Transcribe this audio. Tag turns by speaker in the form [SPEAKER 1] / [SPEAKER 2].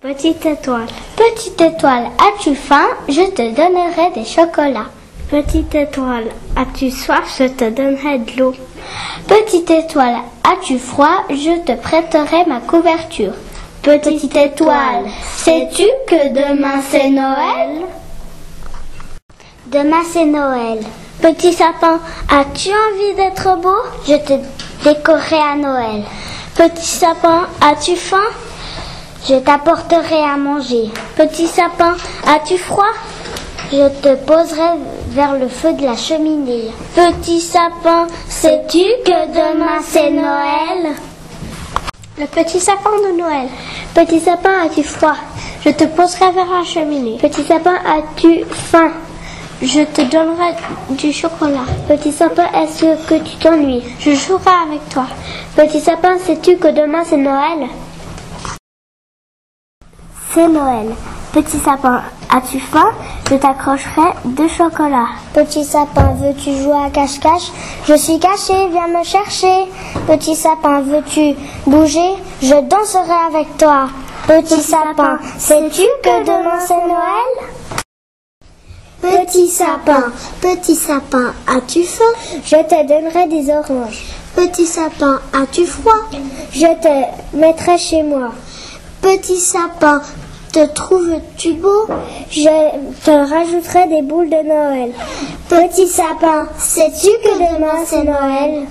[SPEAKER 1] Petite étoile. Petite étoile, as-tu faim Je te donnerai des chocolats. Petite étoile, as-tu soif Je te donnerai de l'eau. Petite étoile, as-tu froid Je te prêterai ma couverture. Petite étoile, sais-tu que demain c'est Noël Demain c'est Noël. Petit sapin, as-tu envie d'être beau Je te décorerai à Noël. Petit sapin, as-tu faim Je t'apporterai à manger. Petit sapin, as-tu froid Je te poserai vers le feu de la cheminée. Petit sapin, sais-tu que demain c'est Noël le petit sapin de Noël. Petit sapin, as-tu froid Je te poserai vers la cheminée. Petit sapin, as-tu faim Je te donnerai du chocolat. Petit sapin, est-ce que tu t'ennuies Je jouerai avec toi. Petit sapin, sais-tu que demain c'est Noël C'est Noël. Petit sapin, as-tu faim Je t'accrocherai deux chocolats. Petit sapin, veux-tu jouer à cache-cache Je suis caché, viens me chercher. Petit sapin, veux-tu bouger Je danserai avec toi. Petit sapin, sais-tu que demain c'est Noël Petit sapin, petit sapin, as-tu faim Je te donnerai des oranges. Petit sapin, as-tu froid Je te mettrai chez moi. Petit sapin, te trouves-tu beau Je te rajouterai des boules de Noël. Petit sapin, sais-tu que demain c'est Noël